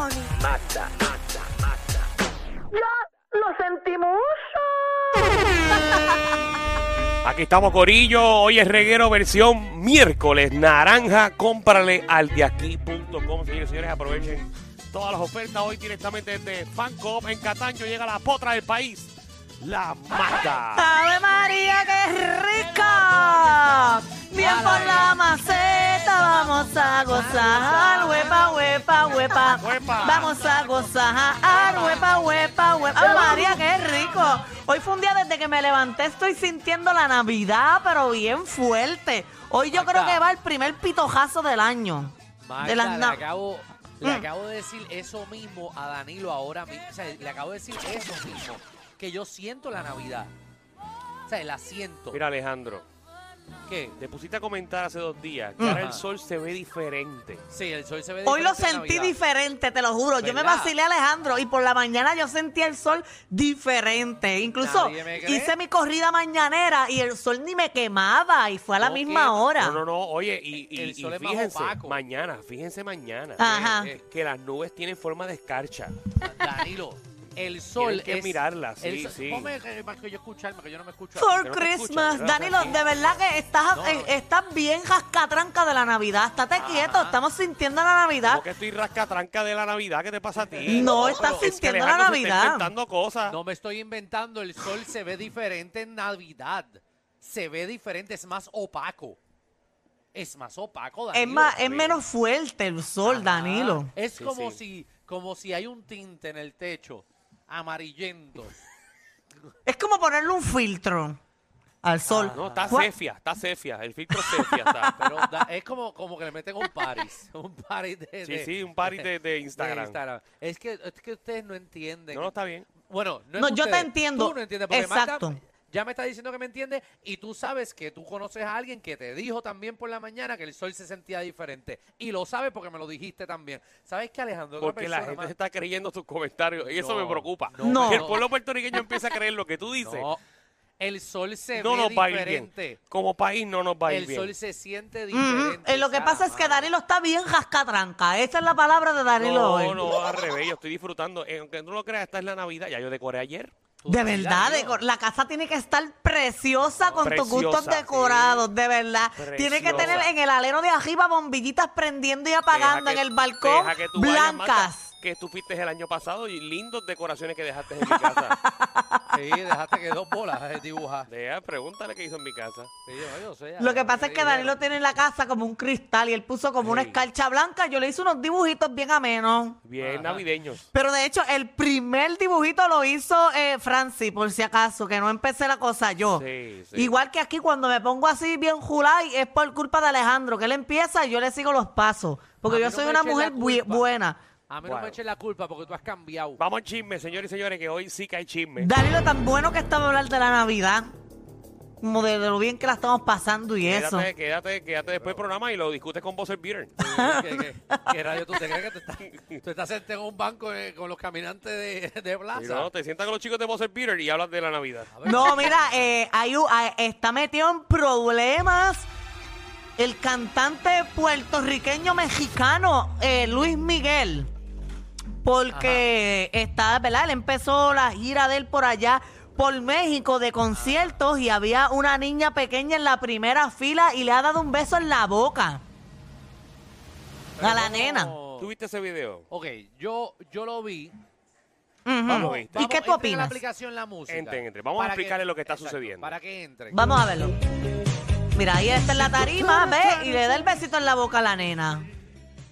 Mata, mata, mata. ¡Ya lo sentimos! Aquí estamos, Corillo. Hoy es reguero versión miércoles. Naranja, cómprale al de aquí.com. Señores, señores, aprovechen todas las ofertas. Hoy directamente desde Fancop en Cataño llega la potra del país, la mata. ¡Ave María, qué rica! Bien por la maceta, vamos a gozar. Huepa, huepa, huepa. Huepa. Vamos a gozar. Huepa, huepa, huepa. ¡Ave María, qué rico! Hoy fue un día desde que me levanté, estoy sintiendo la Navidad, pero bien fuerte. Hoy yo creo que va el primer pitojazo del año. Magda, De las le, na- acabo, le Mm. acabo de decir eso mismo a Danilo ahora mismo. O sea, le acabo de decir eso mismo. Que yo siento la Navidad. O sea, la siento. Mira, Alejandro, ¿Qué? te pusiste a comentar hace dos días que ahora Ajá. el sol se ve diferente. Sí, el sol se ve Hoy lo diferente en sentí Navidad. diferente, te lo juro. Yo me ¿Verdad? vacilé a Alejandro y por la mañana yo sentí el sol diferente. Incluso Nadie me cree. hice mi corrida mañanera y el sol ni me quemaba y fue a la No, misma que- hora. No, no, no. Oye, y, y- El y sol es más fíjense, opaco. mañana, fíjense mañana. Ah. Ajá. eh, que las nubes tienen forma de escarcha. eh, Danilo, el sol Tienes que es... mirarla, el sí, sol- sí. Ponme que, para que yo escucharme, que yo no me escucho. For Pero no te Christmas. escuchas, ¿verdad? Danilo, de verdad que estás, No, Ah. no. eh, estás bien jascatranca de la Navidad. Estate quieto, estamos sintiendo la Navidad. Como que estoy rascatranca de la Navidad. ¿Qué te pasa a ti? No, estás sintiendo la Alejandro se está Navidad. inventando cosas. No me estoy inventando, el sol se ve diferente en Navidad. Se ve diferente, es más opaco. Es más opaco, Danilo. Ah. Es, más, es Está bien. menos fuerte el sol, Ajá. Danilo. Es Sí, como sí. si como si hay un tinte en el techo amarillento. Es como ponerle un filtro al sol. Ah, Ah, No, está Gua- cefia, está cefia. El filtro cefia está. Pero da- es como, como que le meten un paris. Un paris de, Sí, de- sí, un party de, de Instagram. de Instagram. Es que, es que ustedes no entienden. No, no está bien. Bueno, no, es No, que yo te ustedes, entiendo. Tú no entiendes porque Magda Exacto. ya me está diciendo que me entiende y tú sabes que tú conoces a alguien que te dijo también por la mañana que el sol se sentía diferente y lo sabes porque me lo dijiste también. ¿Sabes qué, Alejandro? Otra Porque la persona, gente Magda- se está creyendo tus comentarios y eso No, me preocupa. no, No. Que el no. pueblo puertorriqueño empieza a creer lo que tú dices. No, el sol se No ve nos va a ir bien. diferente. Como país no nos va a ir el bien. sol se siente Ujú. diferente. Eh, lo que Sara, pasa es que mano. Danilo está bien jascatranca. Esa es la palabra de Danilo hoy. No, no, al revés, yo estoy disfrutando. Eh, aunque tú no lo creas, esta es la Navidad. Ya yo decoré ayer. Tú De sabes, verdad, Danilo, decor- la casa tiene que estar preciosa con tus gustos Preciosa, decorados, de verdad. Preciosa. Tiene que tener en el alero de arriba bombillitas prendiendo y apagando, Deja que- en el balcón deja que tú vayas, Magda, blancas. que tú fuiste el año pasado y lindos decoraciones que dejaste en mi casa. Sí, dejaste que dos bolas eh, dibujas. Deja, pregúntale qué hizo en mi casa. Sí, yo- yo sé, Lo que ya, pasa sí, es que ya. Danilo tiene en la casa como un cristal y él puso como una Sí. escarcha blanca. Yo le hice unos dibujitos bien amenos. Bien Ajá. navideños. Pero de hecho, el primer dibujito lo hizo eh, Franci, por si acaso, que no empecé la cosa yo. Sí, sí. Igual que aquí, cuando me pongo así bien julay, es por culpa de Alejandro, que él empieza y yo le sigo los pasos. Porque A mí yo no soy me una eches la mujer bui- culpa. buena. A mí no Bueno. me eches la culpa porque tú has cambiado. Vamos al chisme, señores y señores, que hoy sí que hay chisme. Danilo, tan bueno que estaba hablar de la Navidad. Como de, de lo bien que la estamos pasando y eso. Quédate, quédate, quédate después del programa y lo discutes con Bowser Beater. ¿Qué, qué- qué radio tú te crees que tú estás, tú estás sentado en un banco eh, con los caminantes de, de Y plaza? no, te sientas con los chicos de Bowser Beater y hablas de la Navidad. A ver, No, mira, eh, hay u- a- está metido en problemas el cantante puertorriqueño mexicano eh, Luis Miguel. Porque está, ¿verdad? Él empezó la gira de él por allá, por México, de conciertos y había una niña pequeña en la primera fila y le ha dado un beso en la boca. pero A la no- nena. ¿Tú viste ese video? Ok, yo, yo lo vi. Ujú. Vamos, ¿viste? ¿Y qué tú Vamos, entren en la opinas? aplicación la música. Entren, entren. Vamos a Para explicarles lo que está exacto, sucediendo. Para que entren. Vamos a verlo. Mira, ahí está en la tarima, ve, y le da el besito en la boca a la nena.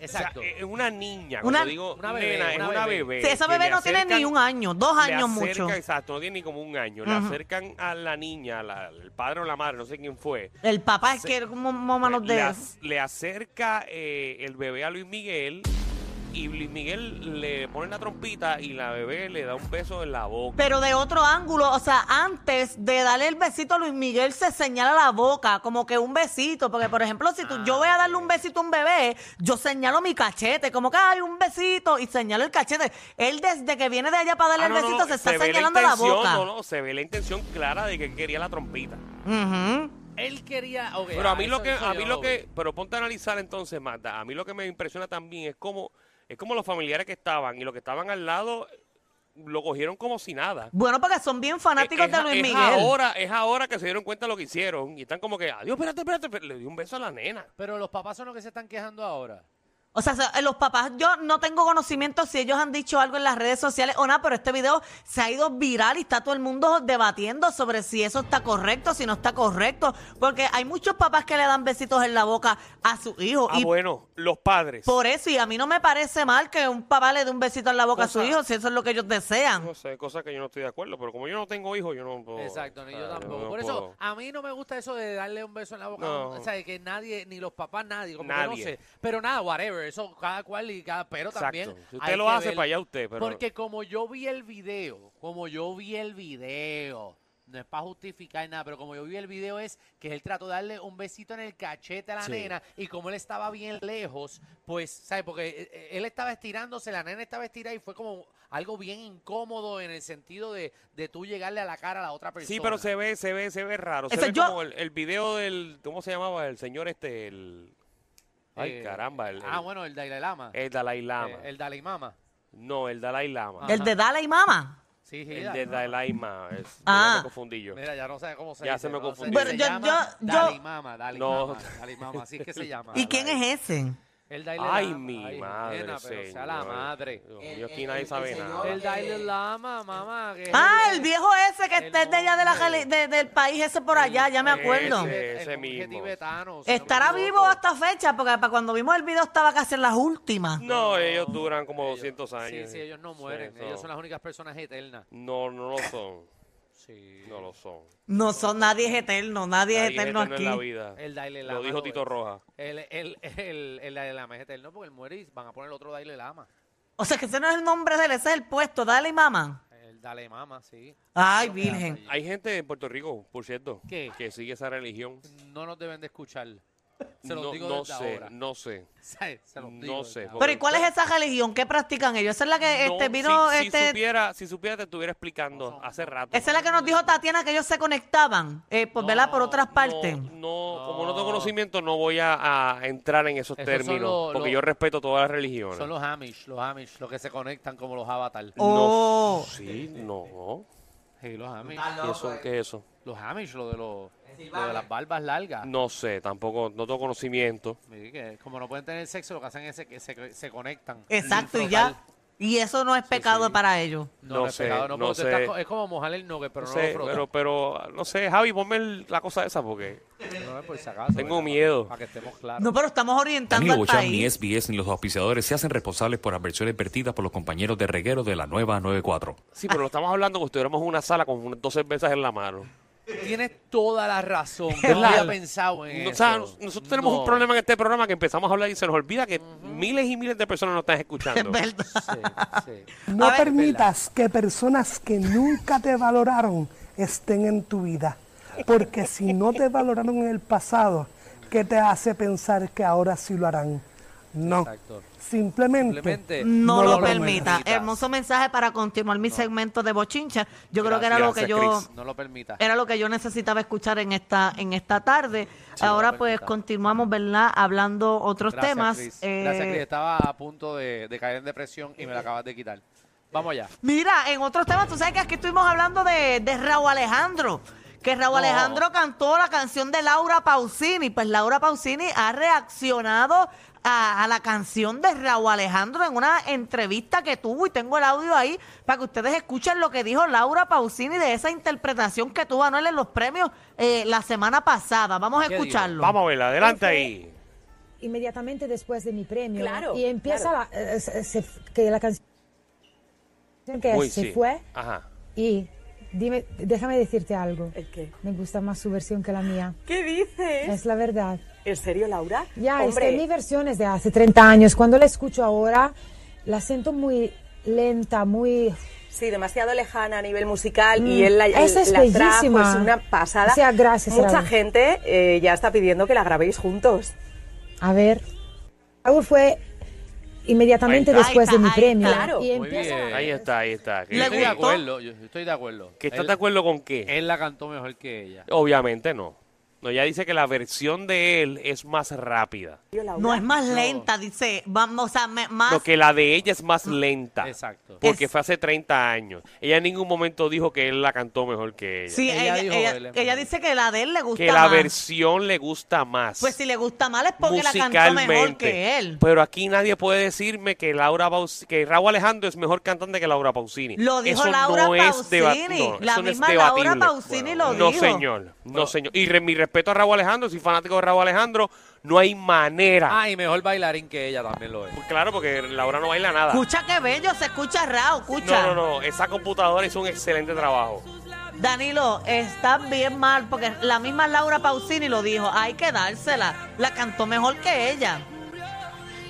Exacto. O sea, eh, es una niña, Una- cuando digo Una bebé, nena, es una una bebé. bebé. Sí, esa Eh, que bebé le no tiene acercan- ni un año, dos le años acercan- mucho. Exacto, no tiene ni como un año. Le Ujú. acercan a la niña, la- el padre o la madre, no sé quién fue. El papá es que era como más o menos le, de... ac- le acerca eh, el bebé a Luis Miguel y Luis Miguel le pone la trompita y la bebé le da un beso en la boca. Pero de otro ángulo, o sea, antes de darle el besito a Luis Miguel se señala la boca, como que un besito, porque por ejemplo, si tú, yo voy a darle un besito a un bebé, yo señalo mi cachete, como que hay un besito y señalo el cachete. Él desde que viene de allá para darle Ah, el no, no, besito no, se está ve la señalando la intención, boca. No, no, se ve la intención clara de que quería la trompita. Ujú. Él quería. ok, Pero ah, a mí lo eso- que, eso a yo mí lo vi. que, pero ponte a analizar entonces, Mata. A mí lo que me impresiona también es como, es como los familiares que estaban y los que estaban al lado lo cogieron como si nada. Bueno, porque son bien fanáticos Es- de es- Luis es Miguel. Ahora, es ahora que se dieron cuenta lo que hicieron y están como que, adiós, espérate, espérate, espérate", le di un beso a la nena. Pero los papás son los que se están quejando ahora. O sea, so- eh, los papás, yo no tengo conocimiento si ellos han dicho algo en las redes sociales o nada, pero este video se ha ido viral y está todo el mundo debatiendo sobre si eso está correcto, si no está correcto, porque hay muchos papás que le dan besitos en la boca a su hijo Ah, y bueno, los padres. por eso, y a mí no me parece mal que un papá le dé un besito en la boca a Cosa- su hijo, si eso es lo que ellos desean. No sé, cosas que yo no estoy de acuerdo, pero como yo no tengo hijos, yo no puedo. Exacto, ni o sea, yo tampoco. Oh, no Por puedo. eso, ah, a mí no me gusta eso de darle un beso en la boca. a un- No. O sea, que nadie, ni los papás, nadie. Como que no Nadie. sé. Pero nada, whatever. Eso cada cual y cada. Pero Exacto. también. Si hay usted lo que hace, ver- para allá usted. Pero... Porque como yo vi el video, como yo vi el video, no es para justificar nada, pero como yo vi el video es que él trató de darle un besito en el cachete a la Sí. nena y como él estaba bien lejos, pues, ¿sabes? Porque eh, eh, él estaba estirándose, la nena estaba estirada y fue como algo bien incómodo en el sentido de, de tú llegarle a la cara a la otra persona. Sí, pero se ve, se ve, se ve raro. Se Eso ve yo- como el, el video del, ¿cómo se llamaba? El señor este, el... Ay, Eh, caramba, el, Ah, el- bueno, el Dalai Lama. el Dalai Lama. Eh, el Dalai Mama. No, el Dalai Lama. Ajá. Ah. El de Dala y Mama. Sí, sí, El Dalai de Lama. Dalai Lama. es- Ah. Ya me confundí yo. Mira, ya no sé cómo se Ya dice, se me no sé. confundió. Bueno, Se yo- llama yo- yo- Dalai Mama, Dalai No. Mama, Dalai Mama, así es que se llama. ¿Y quién es ese? El Dalai Ay, Lama. mi madre, nena, pero sea la señor. madre. Dios mío, aquí nadie sabe nada. El Dalai Lama, mamá. que es Ah, el viejo ese que el está de allá de la, nombre. jali- de- del país ese por allá, ya me acuerdo. Ese, el ese monje mismo. tibetano, si no me ¿Estará equivoco. vivo hasta fecha? Porque para cuando vimos el video estaba casi en las últimas. No, ellos duran como Ellos- 200 años. Sí, sí, ellos no Sí, mueren. eso- Ellos son las únicas personas eternas. No, no lo son. Sí. No lo son. No son, nadie es eterno, nadie, Nadie es eterno, en la aquí. vida. El Dalai Lama. Lo dijo lo Tito es. Roja. El, el, el, el Dalai Lama es eterno porque él muere y van a poner otro Dalai Lama. O sea, que ese no es el nombre de él, ese es el puesto, dale mamá. El Dalai Mama, sí. Ay, Lo que hace virgen. allí. Hay gente en Puerto Rico, por cierto, ¿Qué? que sigue esa religión. No nos deben de escuchar. Se los no, digo no desde sé, ahora. no sé. Se los No digo sé, desde ahora. Pero ¿y cuál es esa religión? ¿Qué practican ellos? Esa es la que No, este, vino, si, si este, supiera, si supiera, te estuviera explicando hace rato. esa es la que nos dijo Tatiana que ellos se conectaban, eh, pues, No, ¿verdad? Por otras No, partes. No, como no No. tengo conocimiento, no voy a, a entrar en esos Esos son términos, los- porque los- yo respeto todas las religiones. Son los Amish, los Amish, los que se conectan como los avatar. No, Oh. sí, no. Sí, los Amish. ¿Qué, eso, ¿Qué es eso? Los Amish, lo de, los, lo de las barbas largas. No sé, tampoco, no tengo conocimiento. Sí, que como no pueden tener sexo, lo que hacen es que se, se conectan. Exacto, Sin y frotar. ya. Y eso no es pecado para ellos. No, No no es sé, pecado, no, no porque tú estás sé. co- es como mojar el nugget, pero No no, sé, lo frotas. pero, pero, no sé, Javi, ponme el- la cosa esa porque No es por si acaso. tengo ¿verdad? miedo. Para que estemos claros. No, pero estamos orientando Danilo al Bocham, ni país. SBS ni los auspiciadores se hacen responsables por adversiones vertidas por los compañeros de reguero de la nueva 94. Sí, pero lo estamos hablando como si estuviéramos en una sala con unas dos cervezas en la mano. Tienes toda la razón. No ¿Verdad? había pensado en No, o eso. sea, nos- nosotros tenemos No. un problema en este programa que empezamos a hablar y se nos olvida que miles y miles de personas nos están Es escuchando. verdad. Sí, sí. No A ver, permitas que personas que nunca te valoraron estén en tu vida. Porque si no te valoraron en el pasado, ¿qué te hace pensar que ahora sí lo harán? No. Exacto. Simplemente, Simplemente No, lo, permitas. permita. Hermoso mensaje para continuar mi segmento de bochincha. Yo creo que era lo que Gracias, yo Chris. No lo permitas. era lo que yo necesitaba escuchar en esta en esta tarde. Ahora no lo pues permita. continuamos, ¿verdad? Hablando otros Gracias, temas. Cris. Eh, Gracias, Cris. Estaba a punto de, de caer en depresión y me la acabas de quitar. Vamos allá. Mira, en otros temas, tú sabes que aquí estuvimos hablando de, de Raúl Alejandro. Que Raúl No. Alejandro cantó la canción de Laura Pausini. Pues Laura Pausini ha reaccionado a, a la canción de Raúl Alejandro en una entrevista que tuvo. Y tengo el audio ahí para que ustedes escuchen lo que dijo Laura Pausini de esa interpretación que tuvo Anuel en los premios eh, la semana pasada. Vamos a ¿Qué dijo? escucharlo. Vamos a verla, adelante ahí. inmediatamente después de mi premio Claro, y empieza la- eh, se- se- que la canción que Uy, se sí. fue Ajá. y dime déjame decirte algo ¿El qué? me gusta más su versión que la mía ¿Qué dices? es la verdad ¿En serio, Laura? ya Hombre, es que mi versión es de hace 30 años cuando la escucho ahora la siento muy lenta muy sí, demasiado lejana a nivel musical Mm, y él la, esa es la trajo, bellísima. es una pasada. O sea, gracias, Mucha Laura. gente eh, ya está pidiendo que la grabéis juntos. a ver Raúl fue inmediatamente Ahí está. después Ahí de mi está, ahí premio está. Claro. y Muy empieza bien. Ahí está, ahí está. Yo ¿Le estoy ¿Que de gustó? acuerdo, yo estoy de acuerdo. que estás él, de acuerdo con qué? él la cantó mejor que ella. Obviamente no. No, ella dice que la versión de él es más rápida. Laura. No es más lenta, dice. Vamos, o sea, me- más. Lo que la de ella es más lenta. Exacto. Porque Es- fue hace 30 años. Ella en ningún momento dijo que él la cantó mejor que ella. Sí, Ella ella, dijo ella- él, es ella mejor. dice que la de él le gusta que la más. versión le gusta más. Pues si le gusta mal es porque la cantó musicalmente. Pues, mejor que él. Pero aquí nadie puede decirme que Laura Paus- que Raúl Alejandro es mejor cantante que Laura Pausini. Lo dijo Eso Laura no es Pausini. deba- no, La eso no es misma Laura debatible. Pausini lo no, dijo. Señor, no, señor. Y re- mi respeto a Raúl Alejandro, soy fanático de Raúl Alejandro, no hay manera. Ah, y mejor bailarín que ella también lo es. Pues Claro, porque Laura no baila nada. Escucha que bello, se escucha Rao, escucha. ah. No, no, no. Esa computadora hizo un excelente trabajo. Danilo, estás bien mal porque la misma Laura Pausini lo dijo, hay que dársela. La cantó mejor que ella.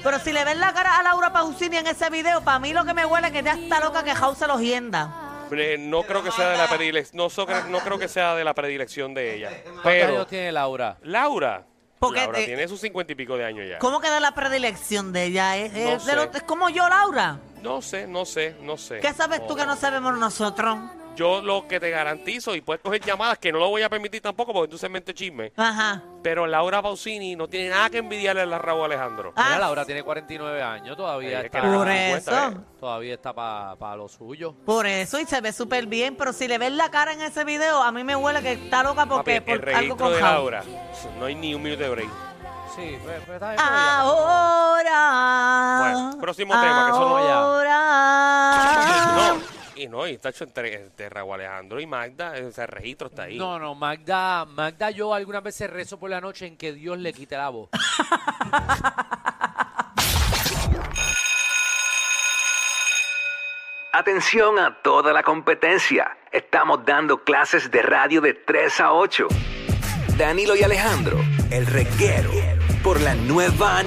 Pero si le ven la cara a Laura Pausini en ese video, para mí lo que me huele es que ya está loca que House se los hienda. Eh, No creo que sea de la predilección. No, so- no creo que sea de la predilección de ella. ¿Cuántos años Pero tiene Laura? Laura. Porque Laura te- tiene sus cincuenta y pico de años ya. ¿Cómo queda la predilección de ella? Es, es No de sé. lo- es como yo, Laura. No sé, no sé, no sé. ¿Qué sabes tú que no sabemos nosotros? Yo lo que te garantizo, y puedes coger llamadas que no lo voy a permitir tampoco porque tú se mente chisme. Ajá. Pero Laura Pausini no tiene nada que envidiarle a la Raúl Alejandro. Ah, Mira, Laura tiene 49 años, todavía Ella está, que la Por cincuenta, eso. ¿eh? todavía está para lo suyo. Por eso, y se ve súper bien, pero si le ves la cara en ese video, a mí me huele que está loca Papi, porque el por algo registro con de House. Laura. No hay ni un minuto de break. Sí, pero, pero está bien, pero ya pasó. Ahora. Bueno, próximo tema, que eso no haya. Ahora. Ah. No, y no, y está hecho entre, entre Raúl Alejandro y Magda, ese registro está ahí. No, no, Magda, Magda, yo algunas veces rezo por la noche en que Dios le quite la voz. Atención a toda la competencia. Estamos dando clases de radio de 3 a 8. Danilo y Alejandro, el reguero, por la nueva